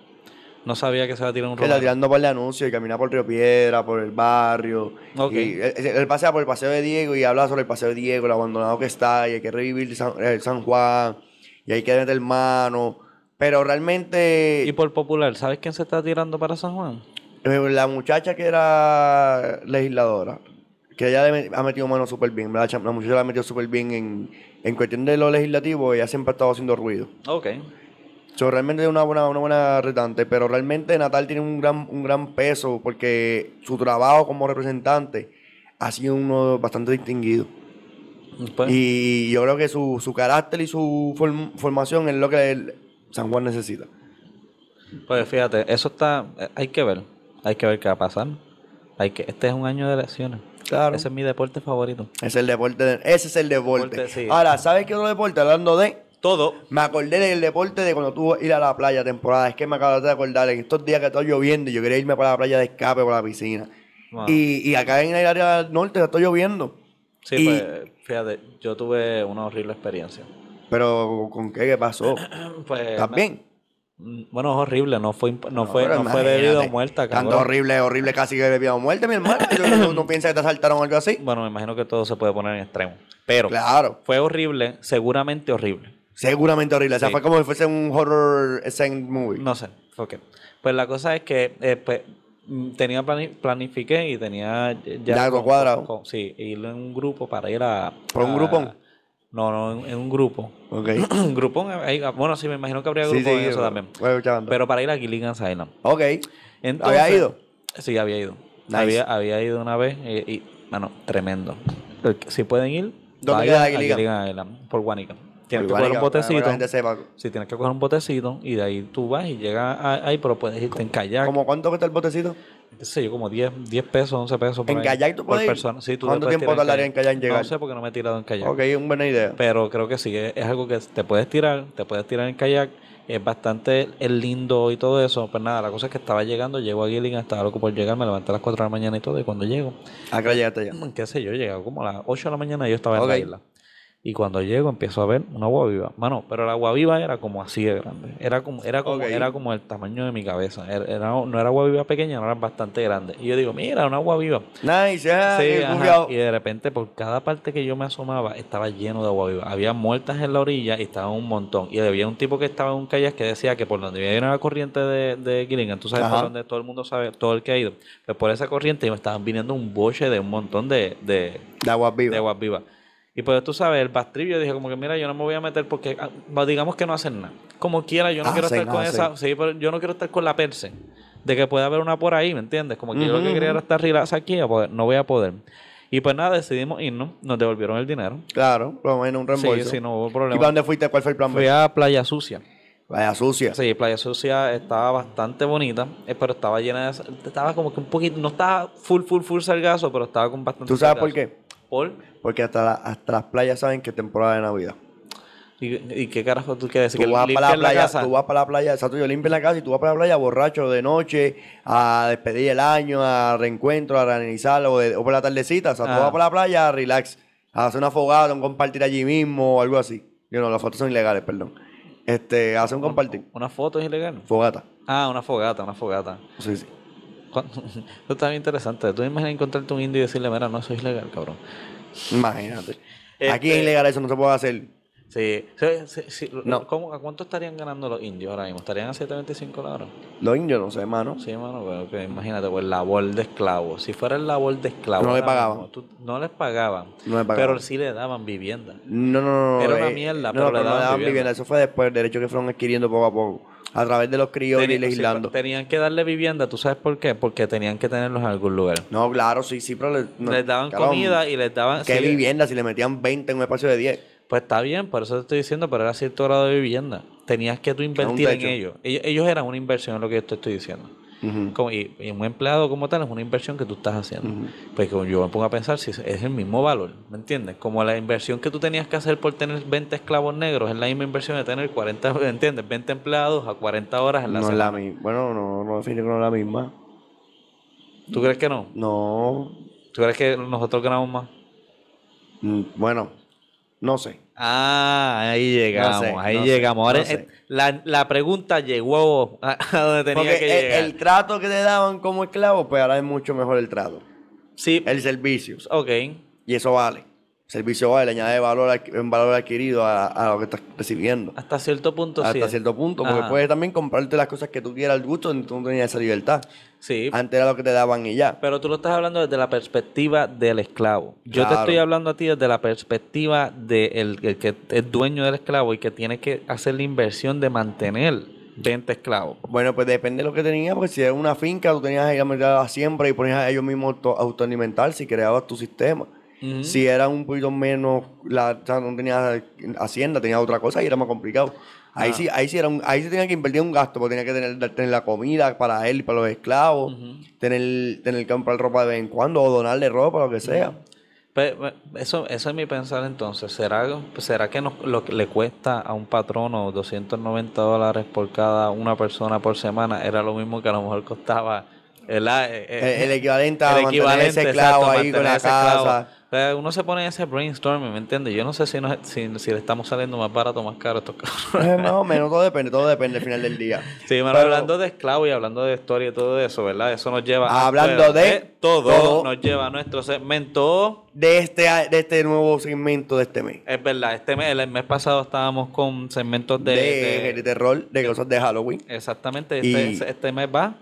No sabía que se va a tirar un
Él está
romero.
tirando para el anuncio y camina por Río Piedra, por el barrio.
Ok.
Y él, él- él pasea por el Paseo de Diego y habla sobre el Paseo de Diego, lo abandonado que está, y hay que revivir San, eh, San Juan, y hay que meter mano. Pero realmente,
Y por popular, ¿sabes quién se está tirando para San Juan?
eh, la muchacha que era legisladora, que ella le met- ha metido mano súper bien, la, cha- la muchacha la ha metido súper bien en, en cuestión de lo legislativo, ella siempre ha estado haciendo ruido.
Ok.
So, realmente es una buena, una buena retante, pero realmente Natal tiene un gran, un gran peso porque su trabajo como representante ha sido uno bastante distinguido.
Pues,
Y yo creo que su, su carácter y su form- formación es lo que el San Juan necesita.
Pues fíjate, eso está, eh, hay que ver, hay que ver qué va a pasar. Hay que, este es un año de elecciones.
Claro.
Ese es mi deporte favorito.
Es el deporte. de- ese es el deporte.
Deporte, sí.
Ahora, ¿sabes qué otro deporte? Hablando de.
Todo.
Me acordé del deporte de cuando tuve ir a la playa temporada. Es que me acabo de acordar en estos días que está lloviendo y yo quería irme para la playa de escape, para la piscina.
Wow.
Y, y acá en el área norte está lloviendo.
Sí,
y-
pues fíjate, yo tuve una horrible experiencia.
Pero, ¿con qué? ¿Qué pasó?
Pues,
También.
na- bueno, es horrible, no fue, imp- no fue,
pero
no fue
imagínate,
debido a muerta.
Tanto
cabrón.
horrible, horrible, casi que bebido a muerte, mi hermano. ¿Tú no piensas que te asaltaron o algo así?
Bueno, me imagino que todo se puede poner en extremo. Pero
Claro.
fue horrible, seguramente horrible.
Seguramente horrible. O sea,
Sí.
fue como si fuese un horror scene movie.
No sé, fue qué. Pues la cosa es que eh, pues, mm, tenía plani- planifiqué y tenía
Ya todo
con-
cuadrado.
con- sí, ir en un grupo para ir a.
¿Por un
a-
grupón?
No, no, en, en un grupo.
Ok.
Un grupón, hay- bueno, sí, me imagino que habría
sí,
grupos
sí.
en eso también.
Bueno, chaval.
Pero para ir a Gilligan's Island.
ok.
Entonces-
¿Había ido?
Sí, había ido.
Nice.
Había, había ido una vez y, y, mano, tremendo. Eh, Si pueden ir,
¿Dónde
vayan
queda
a
Gilligan?
Gilligan Island, por Guanica. Tienes que
Igual,
coger un
para que
botecito.
la gente sepa.
Si tienes que coger un botecito y de ahí tú vas y llegas a- ahí, pero puedes irte en kayak.
¿Cómo cuánto cuesta el botecito?
qué sé yo, como 10, 10 pesos, 11 pesos. por
¿En
ahí,
kayak tú
por
puedes ir?
persona. Sí, tú te
¿Cuánto
puedes
tiempo
tirar
tardaría en kayak en llegar?
No sé porque no me he tirado en kayak.
Ok, es una buena idea.
Pero creo que sí, es, es algo que te puedes tirar, te puedes tirar en kayak, es bastante el lindo y todo eso. Pues nada, la cosa es que estaba llegando, llego a Gilligan, estaba loco por llegar, me levanté a las 4 de la mañana y todo, y cuando llego, Mm.
Acá llegaste ya.
qué sé yo, llegaba como a las 8 de la mañana y yo estaba
Ok.
en la isla. Y cuando llego empiezo a ver una agua viva. Mano, pero la agua viva era como así de grande. Era como, era como,
Ok.
era como el tamaño de mi cabeza. Era- era- no era agua viva pequeña, era bastante grande. Y yo digo, mira, una agua viva.
Nice, ah,
Sí,
qué
ajá.
confiado.
Y de repente por cada parte que yo me asomaba estaba lleno de agua viva. Había muertas en la orilla y estaban un montón. Y había un tipo que estaba en un kayak que decía que por donde viene la corriente de, de Gilligan, tú sabes por
Ajá.
donde todo el mundo sabe, todo el que ha ido, pues por esa corriente me estaban viniendo un boche de un montón de, de,
De aguas
de
vivas.
aguas vivas. Y pues tú sabes, el bastribio dije como que mira, yo no me voy a meter porque ah, va- digamos que no hacen nada. Como quiera, yo no
Ah,
quiero
hacen
estar con
nada,
esa, sí, pero yo no quiero estar con la perse de que pueda haber una por ahí, ¿me entiendes? Como que yo lo
Ujú,
que quería era
ujú.
estar relax aquí, a poder- no voy a poder. Y pues nada, decidimos irnos, nos devolvieron el dinero.
Claro, por lo menos un
Sí,
reembolso.
sí, no hubo
¿Y para
problema.
dónde fuiste? ¿Cuál fue el plan
Fui
B?
a Playa Sucia.
Vaya sucia.
Sí, Playa Sucia estaba bastante bonita, eh, pero estaba llena de... sal- Estaba como que un poquito... No estaba full, full, full sargazo, pero estaba con bastante
¿Tú sabes por
sargazo.
qué?
Por...
Porque hasta, la- hasta las playas saben que es temporada de Navidad.
¿Y, y qué carajo tú quieres decir?
Tú vas, para la
limpian
playa,
casa?
tú vas para la playa, exacto, yo limpio la casa y tú vas para la playa borracho de noche a despedir el año, a reencuentro, a reanalizar o, de- o por la tardecita. O sea,
Ah.
tú vas para la playa a relax, a hacer una fogata, un compartir allí mismo o algo así. Yo no, las fotos son ilegales, perdón. Este, hace un compartir,
¿Una foto es ilegal?
fogata.
Ah, una fogata, una fogata.
Sí, sí.
Cu- Esto está bien interesante. Tú imaginas encontrarte un indio y decirle, mira, no, eso es ilegal, cabrón.
Imagínate. Aquí
Este-
es ilegal eso, no se puede hacer.
Sí. sí, sí, sí.
No.
¿Cómo- ¿A cuánto estarían ganando los indios ahora mismo? ¿Estarían a 7.25 la hora?
Los indios, no sé, mano.
Sí, mano, pero que imagínate, pues labor de esclavo. Si fuera el labor de esclavo.
No le
ahora
pagaban.
mismo, tú- no les pagaban.
No me pagaban.
Pero sí le daban vivienda.
No, no, no.
Era una
eh,
mierda,
no,
pero le
no
daban
daban
vivienda.
vivienda. Eso fue después, el derecho que fueron adquiriendo poco a poco. A través de los criollos y
Tenía- sí,
legislando.
tenían que darle vivienda, ¿tú sabes por qué? Porque tenían que tenerlos en algún lugar.
No, claro, sí, sí, pero le- no,
les daban
cabrón,
comida y les daban...
¿Qué
sí,
vivienda si le metían 20 en un espacio de 10?
Pues está bien, por eso te estoy diciendo, pero era cierto grado de vivienda. Tenías que tú invertir en
techo.
ellos. ellos. ellos eran una inversión, es lo que yo te estoy diciendo. Como- y, y un empleado como tal es una inversión que tú estás haciendo. Pues como yo me pongo a pensar si es, es el mismo valor, ¿me entiendes? Como la inversión que tú tenías que hacer por tener 20 esclavos negros es la misma inversión de tener 40, ¿me entiendes? 20 empleados a 40 horas en la
No es
semana.
la misma. Bueno, no, no define que no es la misma.
¿Tú crees que no?
No.
¿Tú crees que nosotros ganamos más?
mm, Bueno, no sé.
Ah, ahí llegamos,
sé,
ahí
no sé,
llegamos. Ahora
no sé.
eh, la, la pregunta llegó a, a donde tenía
Porque
que
el,
llegar.
el trato que te daban como esclavo, pues ahora es mucho mejor el trato.
sí,
El servicio.
ok.
Y eso vale. El servicio vale, le añade valor, adqu- un valor adquirido a, a lo que estás recibiendo.
Hasta cierto punto sí.
Hasta
es.
cierto punto, porque
Ajá.
puedes también comprarte las cosas que tú quieras al gusto, entonces tú no tenías esa libertad.
Sí,
Antes era lo que te daban y ya.
pero tú lo estás hablando desde la perspectiva del esclavo. Yo te
Claro.
estoy hablando a ti desde la perspectiva del el que es dueño del esclavo y que tiene que hacer la inversión de mantener 20 esclavos.
Bueno, pues depende de lo que tenías, porque si era una finca, tú tenías ahí a siempre y ponías a ellos mismos auto- autoalimentarse y creabas tu sistema.
Ujú.
Si era un poquito menos, la, o sea, no tenías hacienda, tenías otra cosa y era más complicado.
Ah.
Ahí sí, ahí sí era un, ahí sí tenía que invertir un gasto, porque tenía que tener, dar- tener la comida para él y para los esclavos, tener, tener que comprar ropa de vez en cuando, o donarle ropa, lo que sea.
Pe- pe- Pues, Eso, eso es mi pensar entonces. ¿Será, será que nos- lo que le cuesta a un patrono 290 dólares por cada una persona por semana era lo mismo que a lo mejor costaba ¿verdad? Eh,
El,
eh,
el equivalente a
el
mantener ese esclavo
exacto,
ahí con
mantener
la
ese esclavo.
casa.
O sea, uno se pone en ese brainstorming, ¿me entiendes? Yo no sé si, nos- si, si le estamos saliendo más barato o más caro a estos cabrones.
Eh, más o menos, todo depende, todo depende al final del día.
Sí, mano,
Pero-
hablando de esclavos y hablando de historia y todo eso, ¿verdad? Eso nos lleva... a-
Hablando de
todo,
todo.
nos lleva a nuestro segmento...
De este, de este nuevo segmento de este mes.
Es verdad, este mes, el mes pasado estábamos con segmentos de.
de,
de-
de terror, de cosas de Halloween.
exactamente, este,
Y-
este mes va.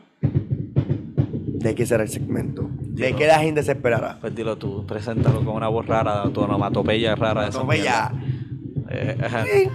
¿De qué será el segmento? ¿De
Dilo.
qué la gente se esperará?
Pues dilo tú, preséntalo con una voz rara, tu onomatopeya rara. de esas
Tome ya.
mierdas. Eh, ajá.
Ay,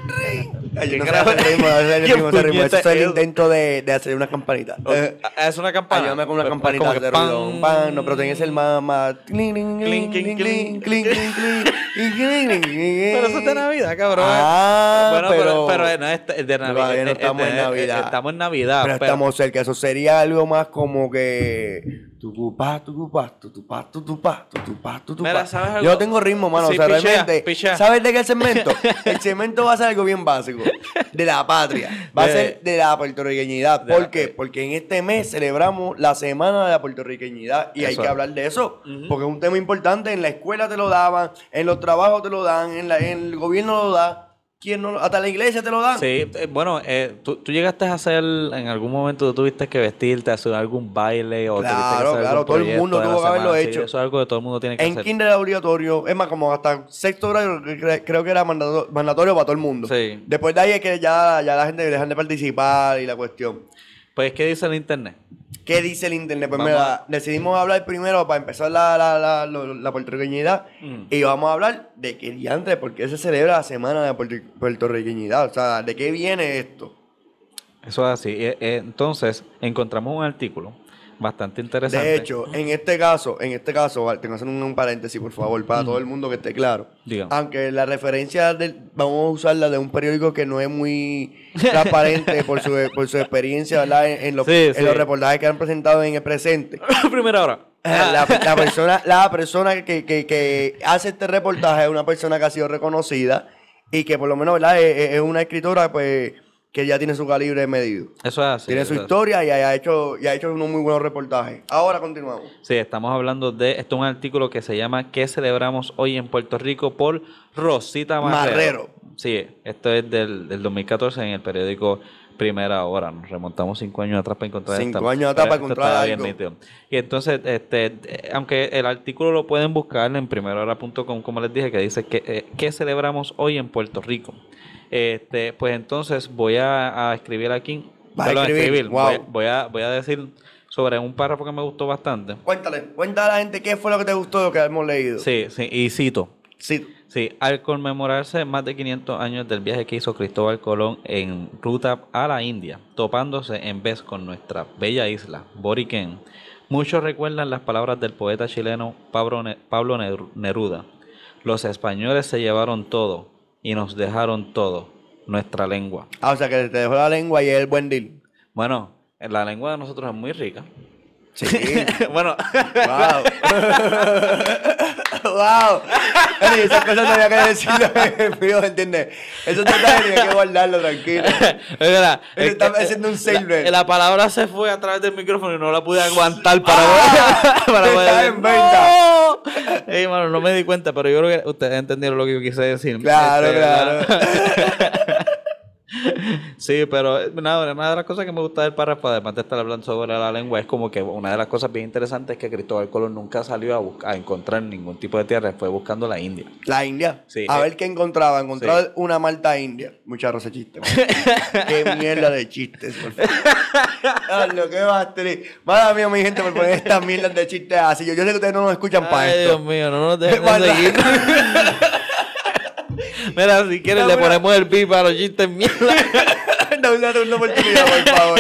¿Qué
yo no sé
carajo?
hacer ritmo, no sé hacer
¿Qué
ritmo, no sé ritmo. Eso
puñeta
es el
es?
intento de, de hacer una campanita. Eh,
es una campana.
Ayúdame con una
Pues,
campanita
como que
de ruido.
pan.
Un pan, no, pero tiene que ser más. más- Clink,
Clink,
clink,
clink,
clink,
clink.
clink, clink, clink, clink, clink, clink.
Pero eso es de Navidad, cabrón.
Ah,
bueno, pero,
pero-
pero, eh, no es de- este, es de Navidad.
Todavía no
es de-
estamos en
es de-
Navidad.
Estamos en Navidad.
Pero estamos cerca. Eso sería algo más como que. Tucupá, tucupá, tutupá, tutupá, tutupá, tutupá.
Mira, ¿sabes algo?
Yo no tengo ritmo, mano.
Sí,
o sea,
pichea,
realmente.
pichea.
¿Sabes de qué el segmento? el segmento va a ser algo bien básico. De la patria. Va a
De-
ser de la puertorriqueñidad.
de
¿Por
la-
qué? Porque en este mes celebramos la semana de la puertorriqueñidad y hay
Eso.
que hablar de eso.
Ujú.
Porque es un tema importante. En la escuela te lo daban, en los trabajos te lo dan, en, la- en el gobierno lo da. ¿Quién no lo- hasta la iglesia te lo dan.
Sí, eh, bueno, eh, ¿tú, tú llegaste a hacer, en algún momento tú tuviste que vestirte, hacer algún baile o tuviste que
Claro,
hacer algún
claro, todo el
proyecto
mundo
de la
tuvo que haberlo
semana, sí,
hecho.
eso es algo que todo el mundo tiene que
En
hacer.
kinder era obligatorio, es más, como hasta sexto grado cre- creo que era mandato- mandatorio para todo el mundo.
Sí.
Después de ahí es que ya, ya la gente dejan de participar y la cuestión.
Pues, ¿qué dice el internet?
¿Qué dice el internet? Pues
Vamos
mira, decidimos hablar primero para empezar la, la, la, lo- la puertorriqueñidad
Mm.
y vamos a hablar de qué diantre, porque se celebra la semana de la puerto- puertorriqueñidad, o sea, ¿de qué viene esto?
Eso es así. Eh, eh, Entonces, encontramos un artículo bastante interesante.
De hecho, en este caso, en este caso, Val, tengo que hacer un, un paréntesis, por favor, para todo el mundo que esté claro.
Mm. Diga.
Aunque la referencia del, vamos a usarla de un periódico que no es muy transparente por su, por su experiencia, ¿verdad? En, en los,
Sí,
en
sí.
los reportajes que han presentado en el presente.
primera hora.
La, la persona, la persona que, que- que hace este reportaje es una persona que ha sido reconocida y que por lo menos, ¿verdad? Es, es- es una escritora pues, que ya tiene su calibre medido.
Eso es así.
tiene
eso
su
es así.
historia y ha hecho, y ha hecho unos muy buenos reportajes. Ahora continuamos.
Sí, estamos hablando de. Esto es un artículo que se llama ¿Qué celebramos hoy en Puerto Rico? por Rosita Marrero.
Marrero.
Sí, esto es del, del 2014 en el periódico Primera Hora. Nos remontamos cinco años atrás para encontrar
Cinco
esta-
años atrás para
esto
encontrar
estaba bien
algo.
nítido. Y entonces, este, eh, aunque el artículo lo pueden buscar en primerahora.com, como les dije, que dice que, eh, ¿Qué celebramos hoy en Puerto Rico? Este, pues entonces voy a, a escribir aquí.
Vas a
Perdón,
escribir, wow.
Voy, voy a, voy a decir sobre un párrafo que me gustó bastante.
Cuéntale, cuéntale a la gente qué fue lo que te gustó de lo que hemos leído.
Sí, sí, y cito.
Sí.
Sí, al conmemorarse más de 500 años del viaje que hizo Cristóbal Colón en ruta a la India, topándose en vez con nuestra bella isla, Boriquén, muchos recuerdan las palabras del poeta chileno Pablo Ne- Pablo Ner- Neruda. Los españoles se llevaron todo y nos dejaron todo, nuestra lengua.
Ah, o sea, que te dejó la lengua y es el buen deal.
Bueno, la lengua de nosotros es muy rica.
Sí.
bueno,
wow. wow. Ey, esas cosas no había que decirlo en frío, ¿entiendes? Eso detalle tenía que guardarlo, tranquilo.
Mira,
Él
es
está
que- eh,
haciendo un
la,
sailor.
la palabra se fue a través del micrófono y no la pude aguantar para, para
Está
poder-
Ah, en venta.
¡No! Ey, mano, no me di cuenta, pero yo creo que ustedes entendieron lo que yo quise decir.
Claro,
Este, ¿verdad? sí, pero eh, nada, una de las cosas que me gusta del párrafo, además de estar hablando sobre la lengua, es como que una de las cosas bien interesantes es que Cristóbal Colón nunca salió a, bus- a encontrar ningún tipo de tierra, fue buscando la India.
La India.
Sí.
A ver qué encontraba. Encontraba una malta india. Mucha rosa chiste. man. qué mierda de chistes, por favor. Hazlo, qué bastre. Madre mía, mi gente, por poner estas mierdas de chistes así. Yo, yo sé que ustedes no nos escuchan para
Ay,
esto.
Dios mío, no nos dejen de
Maldad.
seguir. Mira, si quieres
No,
le
mira.
ponemos el pi para los chistes mierda.
Dame una segunda oportunidad, por favor.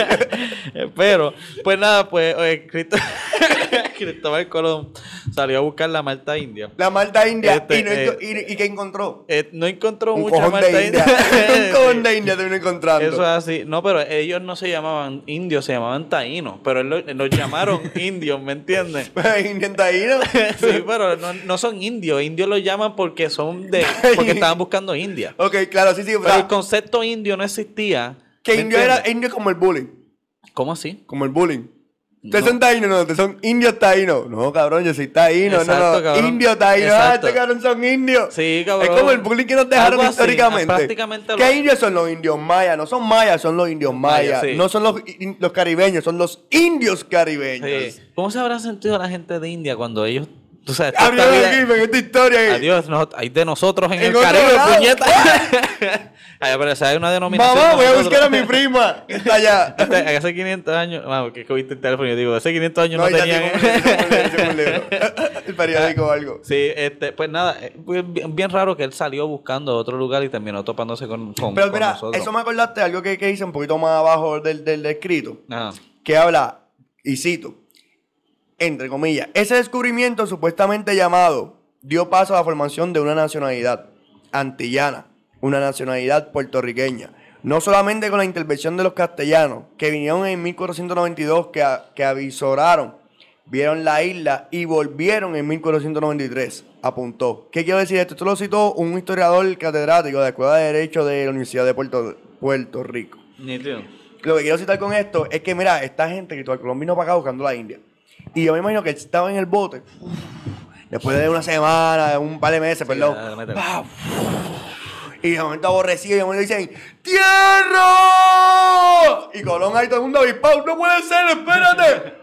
Pero, pues nada, pues oye, Crist- Cristóbal Colón salió a buscar la Malta India.
La Malta India.
Este,
y, no
eh,
enco- y- y qué encontró?
Eh, no encontró
Un
mucha
cojón
Malta
de India.
India.
Un cojón
Sí.
de India terminó encontrando.
Eso es así. No, pero ellos no se llamaban indios, se llamaban taínos. Pero él lo- los, llamaron indios, ¿me entiendes?
Intenta ir. ¿no?
Sí, pero no, no son indios. Indios los llaman porque son de... Porque estaban buscando India.
Ok, claro, sí, sí.
Pero el
¿verdad?
concepto indio no existía.
que
¿me
indio era
entiendes?
indio como el bullying.
¿Cómo así?
Como el bullying. Ustedes
No.
son taínos, no, ustedes son indios taínos. No, cabrón, yo soy taíno, no,
Exacto,
no.
cabrón.
Indio taíno, ah,
Exacto.
este cabrón son indios.
Sí, cabrón.
Es como el bullying que nos dejaron
Algo así, ah,
históricamente.
prácticamente
¿Qué
lo-
indios son los indios mayas? No son mayas, son los indios mayas.
mayas, sí.
No son los, in- los caribeños, son los indios
Sí.
caribeños.
¿Cómo se habrá sentido la gente de India cuando ellos, tú sabes, toda
Abrió
esta vida-
el en esta historia. ahí.
Adiós, no- hay de nosotros en,
En
el
otro
Caribe,
lado.
puñeta. Ay, pero esa es una denominación.
Mamá,
con
voy a
nosotros.
buscar a mi prima. que Está allá.
Hace- Hace 500 años, vamos, que cogiste el teléfono, yo digo, hace 500 años no,
ya
tenían.
tengo un libro, tengo un libro, tengo un libro. El periódico o algo.
Sí, este, pues nada, eh, pues bien, bien raro que él salió buscando otro lugar y terminó topándose con, con,
Pero
con
mira,
nosotros.
eso me acordaste de algo que, que hice un poquito más abajo del, del, del escrito.
Ajá.
que habla, y cito, entre comillas, ese descubrimiento supuestamente llamado dio paso a la formación de una nacionalidad antillana, una nacionalidad puertorriqueña. No solamente con la intervención de los castellanos, que vinieron en 1492, que, a- que avisoraron vieron la isla y volvieron en 1493, apuntó. ¿Qué quiero decir esto? Esto lo citó un historiador catedrático de la Escuela de Derecho de la Universidad de Puerto, Puerto Rico.
Nítido.
Lo que quiero citar con esto es que, mira, esta gente que Colón vino para acá buscando la India. Y yo me imagino que él estaba en el bote. uf, Después de una semana, de un par de meses, perdón.
dale, métele.
pa, uf, y de momento aborrecido, y de momento dicen, ¡Tierra! Y Colón ahí todo el mundo avispado, ¡no puede ser, espérate!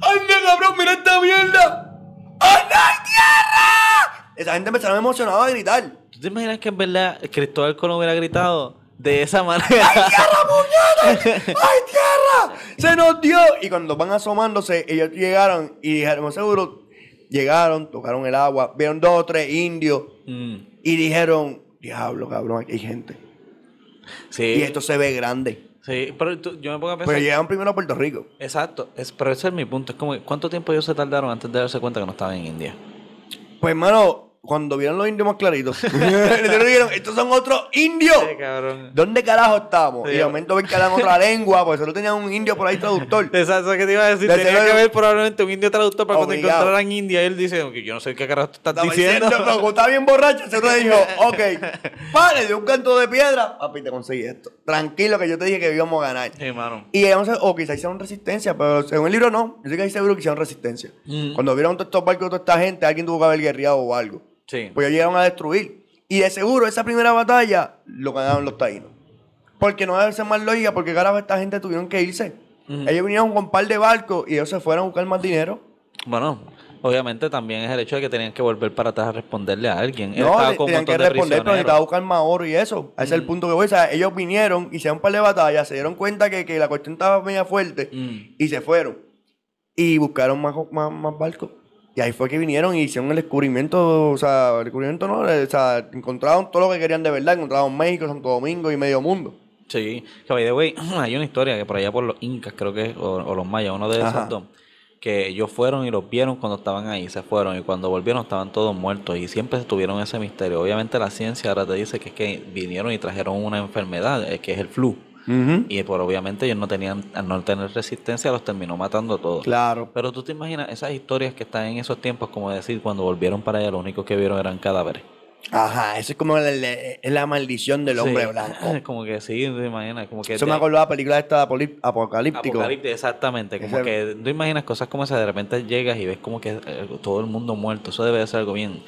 ¡Anda, cabrón, mira esta mierda! ¡Anda, hay tierra! Esa gente empezaron emocionada a gritar.
¿Tú te imaginas que en verdad Cristóbal Colón hubiera gritado de esa manera?
¡Ay, tierra, puñetas! ¡Ay, tierra! ¡Se nos dio! Y cuando van asomándose, ellos llegaron y dijeron, seguro, llegaron, tocaron el agua, vieron dos o tres indios
Mm,
y dijeron, diablo, cabrón, aquí hay gente.
sí.
Y esto se ve grande.
Sí, pero tú- yo me pongo a pensar.
Pero llegaron primero a Puerto Rico.
Exacto, es, pero ese es mi punto. Es como, que, ¿cuánto tiempo ellos se tardaron antes de darse cuenta que no estaban en India?
Pues, hermano, cuando vieron los indios más claritos, le dijeron, estos son otros indios.
Eh, cabrón.
¿Dónde carajo estamos?
Sí.
Y de momento ven que hablan otra lengua, porque solo tenían un indio por ahí traductor.
Exacto, que te iba a decir.
De
Tenía
seguro-
que haber probablemente un indio traductor para cuando
Obligado.
encontraran India. Y él dice, "Ok, yo no sé qué carajo tú estás
Estaba
diciendo.
diciendo, pero como estaba bien borracho, se le dijo, ok, pare de un canto de piedra, papi, te conseguí esto. Tranquilo, que yo te dije que íbamos a ganar.
Sí, mano.
Y digamos, o quizá hicieron resistencia, pero según el libro no. Yo estoy casi seguro que hicieron resistencia.
Mm.
Cuando vieron todos estos barcos, toda esta gente, alguien tuvo que haber guerreado o algo.
Sí.
Pues ellos llegaron a destruir. Y de seguro esa primera batalla lo ganaron los taínos. Porque no debe ser más lógica, porque carajo esta gente tuvieron que irse.
Ujú.
Ellos vinieron con un par de barcos y ellos se fueron a buscar más dinero.
Bueno, obviamente también es el hecho de que tenían que volver para atrás a responderle a alguien. Él
No,
estaba
le-
con un
tenían que
montón de
responder, pero
prisioneros.
necesitaba
Mm.
buscar más oro y eso. Ese es el punto que voy. O sea, ellos vinieron, hicieron un par de batallas, se dieron cuenta que, que la cuestión estaba media fuerte
Mm.
y se fueron. Y buscaron más, más, más barcos. Y ahí fue que vinieron y hicieron el descubrimiento, o sea, el descubrimiento no, o sea, encontraron todo lo que querían de verdad, encontraron México, Santo Domingo y medio mundo.
Sí, que by the way, hay una historia que por allá por los incas, creo que, es, o, o los mayas, uno de esos
Ajá.
dos, que ellos fueron y los vieron cuando estaban ahí, se fueron y cuando volvieron estaban todos muertos y siempre tuvieron ese misterio. Obviamente la ciencia ahora te dice que es que vinieron y trajeron una enfermedad, eh, que es el flu, y por obviamente ellos no tenían, al no tener resistencia, los terminó matando a todos.
Claro.
Pero tú te imaginas esas historias que están en esos tiempos, como decir, cuando volvieron para allá, lo único que vieron eran cadáveres.
Ajá, eso es como la, la- la maldición del hombre
Sí.
blanco.
Como que sí, te imaginas, como que...
Eso me
de-
acordó la película esta apoli- apocalíptico.
Apocalipsis, exactamente. Como
Ese-
que tú imaginas cosas como esas, de repente llegas y ves como que eh, todo el mundo muerto. Eso debe de ser algo bien,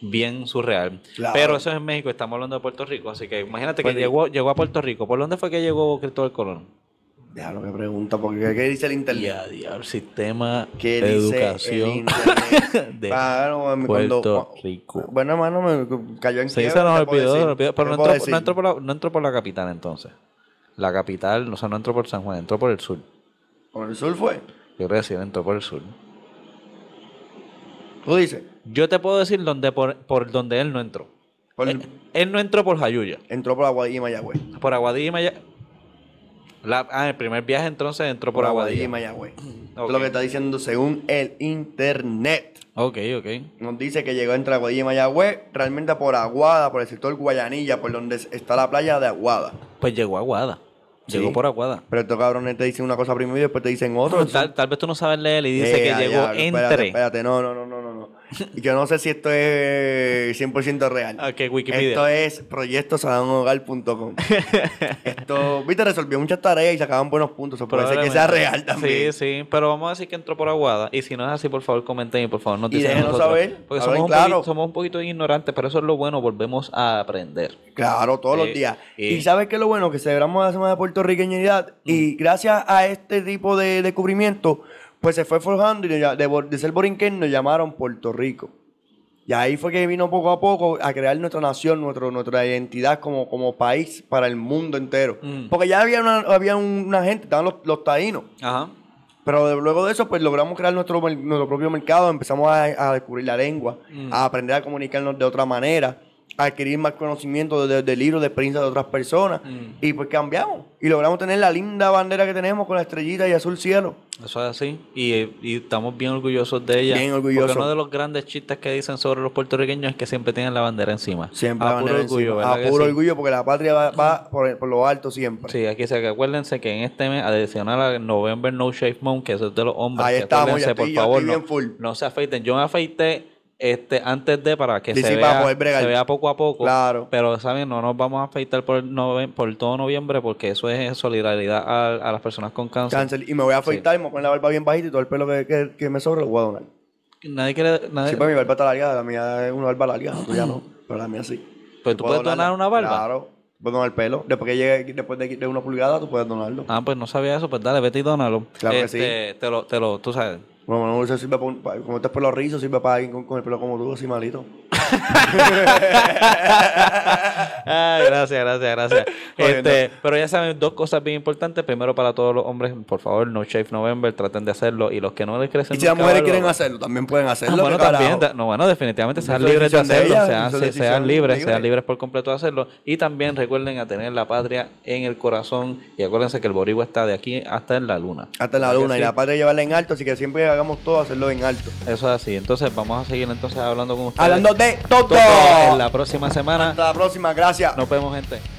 bien surreal.
Claro.
Pero eso es en México, estamos hablando de Puerto Rico, así que imagínate que
Pues,
llegó, llegó a Puerto Rico. ¿Por dónde fue que llegó Cristóbal Colón?
Déjalo que pregunta, porque ¿qué dice el
Y
internet?
a diablo, sistema
¿Qué
de
dice el
educación
internet?
de
Claro, mami,
Puerto
cuando-
Rico.
Bueno, hermano, me cayó en
Sí,
quiebra,
se nos
¿qué puedo
olvidó, se
decir?
nos olvidó. Pero
¿Qué
no
puedo
entró,
decir?
no entró por la, no entró por la capital entonces. La capital, o sea, no entró por San Juan, entró por el sur.
¿Con el sur fue?
Yo creo que sí, entró por el sur.
Tú dices.
Yo te puedo decir donde por, por donde él no entró.
por-
Él, él no entró por Jayuya,
Entró por Aguadilla y Mayagüez.
Eh. por Aguadilla y Maya- La- ah, el primer viaje entonces entró por, Aguadilla.
y Mayagüez. Esto
Ok.
es Lo que está diciendo según el internet.
Ok, ok.
Nos dice que llegó entre Aguadilla y Mayagüez, realmente por Aguada, por el sector Guayanilla, por donde está la playa de Aguada.
Pues llegó a Aguada. Llegó
Sí.
por Aguada.
Pero estos cabrones te dicen una cosa primero y después te dicen otra.
Tal, tal vez tú no sabes leer y dice
Eh,
que llegó
diablo,
entre.
Espérate, espérate, no, no, no, no, no, no. Yo no sé si esto es 100% real.
Ok, Wikipedia.
Esto es proyectosadamhogar.com. esto, viste, resolvió muchas tareas y sacaban buenos puntos. Eso puede ser que sea
Probablemente.
real también.
Sí, sí, pero vamos a decir que entró por Aguada. Y si no es así, por favor, comenten y por favor nos
Y
dicen a
déjenos
nosotros.
saber,
Porque
hablen
somos un,
claro.
poquito, somos un poquito ignorantes, pero eso es lo bueno, volvemos a aprender.
Claro, todos
Sí,
los días.
sí.
Y sabes que lo bueno que celebramos la semana de puertorriqueñidad y gracias a este tipo de descubrimiento, pues se fue forjando y de, de bor- de ser borinquén nos llamaron Puerto Rico. Y ahí fue que vino poco a poco a crear nuestra nación, nuestro, nuestra identidad como, como país para el mundo entero.
Mm.
Porque ya había una, había una gente, estaban los, los taínos.
Ajá.
Pero de- luego de eso, pues logramos crear nuestro, mer- nuestro propio mercado, empezamos a, a descubrir la lengua,
Mm.
a aprender a comunicarnos de otra manera, adquirir más conocimiento de, de libros, de experiencias de otras personas.
Mm.
Y pues cambiamos. Y logramos tener la linda bandera que tenemos con la estrellita y azul cielo.
Eso es así. Y, eh, y estamos bien orgullosos de ella.
Bien orgullosos.
Porque uno de los grandes chistes que dicen sobre los puertorriqueños es que siempre tienen la bandera encima.
Siempre
a
la
puro
bandera
orgullo,
encima.
¿verdad
A
que
puro
sí? Mm.
orgullo, porque la patria va, va por, el- por lo alto siempre.
Sí, aquí se acuérdense que en este mes, adicional a November No Shave Month, que eso es de los hombres.
Ahí
que
estamos,
acuérdense,
ya estoy-
por
ya
favor,
estoy bien
no,
full.
no se afeiten. Yo me afeité este, antes de para que
Sí,
se
sí, para
vea,
poder bregar.
se vea poco a poco.
Claro.
Pero, ¿saben? No nos vamos a afeitar por, el nove- por todo noviembre porque eso es en solidaridad a, a las personas con cáncer.
Cáncer. Y me voy a afeitar y me voy a poner la barba bien bajita y todo el pelo que, que- que me sobra lo voy a donar.
Nadie quiere... Nadie,
Sí, pues mi barba está larga, la mía es una barba larga, la tuya no, pero la mía sí.
pero pues, tú
Puedo
puedes donar
donarla.
una barba.
Claro, puedo donar pelo. Después que llegue, después de, de una pulgada, tú puedes donarlo.
Ah, pues no sabía eso, pues dale, vete y dónalo.
Claro que
Este, Te lo, te lo, tú sabes.
Bueno, no, eso sirve para, un- para- como este pelo rizo, sirve para alguien con, con el pelo como tú, así malito.
Ah, gracias, gracias, gracias.
Jodiendo.
Este, pero ya saben, dos cosas bien importantes. Primero, para todos los hombres, por favor, no shave November, traten de hacerlo. Y los que no les crecen
Y si las
nunca
mujeres
barba,
quieren hacerlo, también pueden
Ah,
hacerlo.
bueno,
¿qué
también,
carajo?
da- no, bueno, definitivamente sean
Eso es
libres de
decisión de
hacerlo,
ellas,
sean,
eso es
se-
decisión
sean libres,
libre.
sean libres por completo de hacerlo. Y también recuerden a tener la patria en el corazón. Y acuérdense que el boricua está de aquí hasta en la luna.
Hasta en la
¿Verdad que
luna y
sí?
la patria llevarla en alto, así que siempre que hagamos todo, hacerlo en alto.
Eso es así. Entonces, vamos a seguir entonces hablando con ustedes.
Hablando de todo.
Toto en la próxima semana.
Hasta la próxima, gracias.
Nos vemos, gente.